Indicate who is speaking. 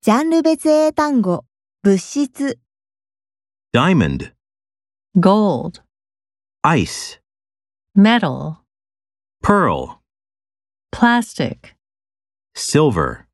Speaker 1: ジャンル別英単語、物質、
Speaker 2: diamond,
Speaker 3: gold,
Speaker 2: ice,
Speaker 3: metal,
Speaker 2: pearl,
Speaker 3: plastic.
Speaker 2: silver.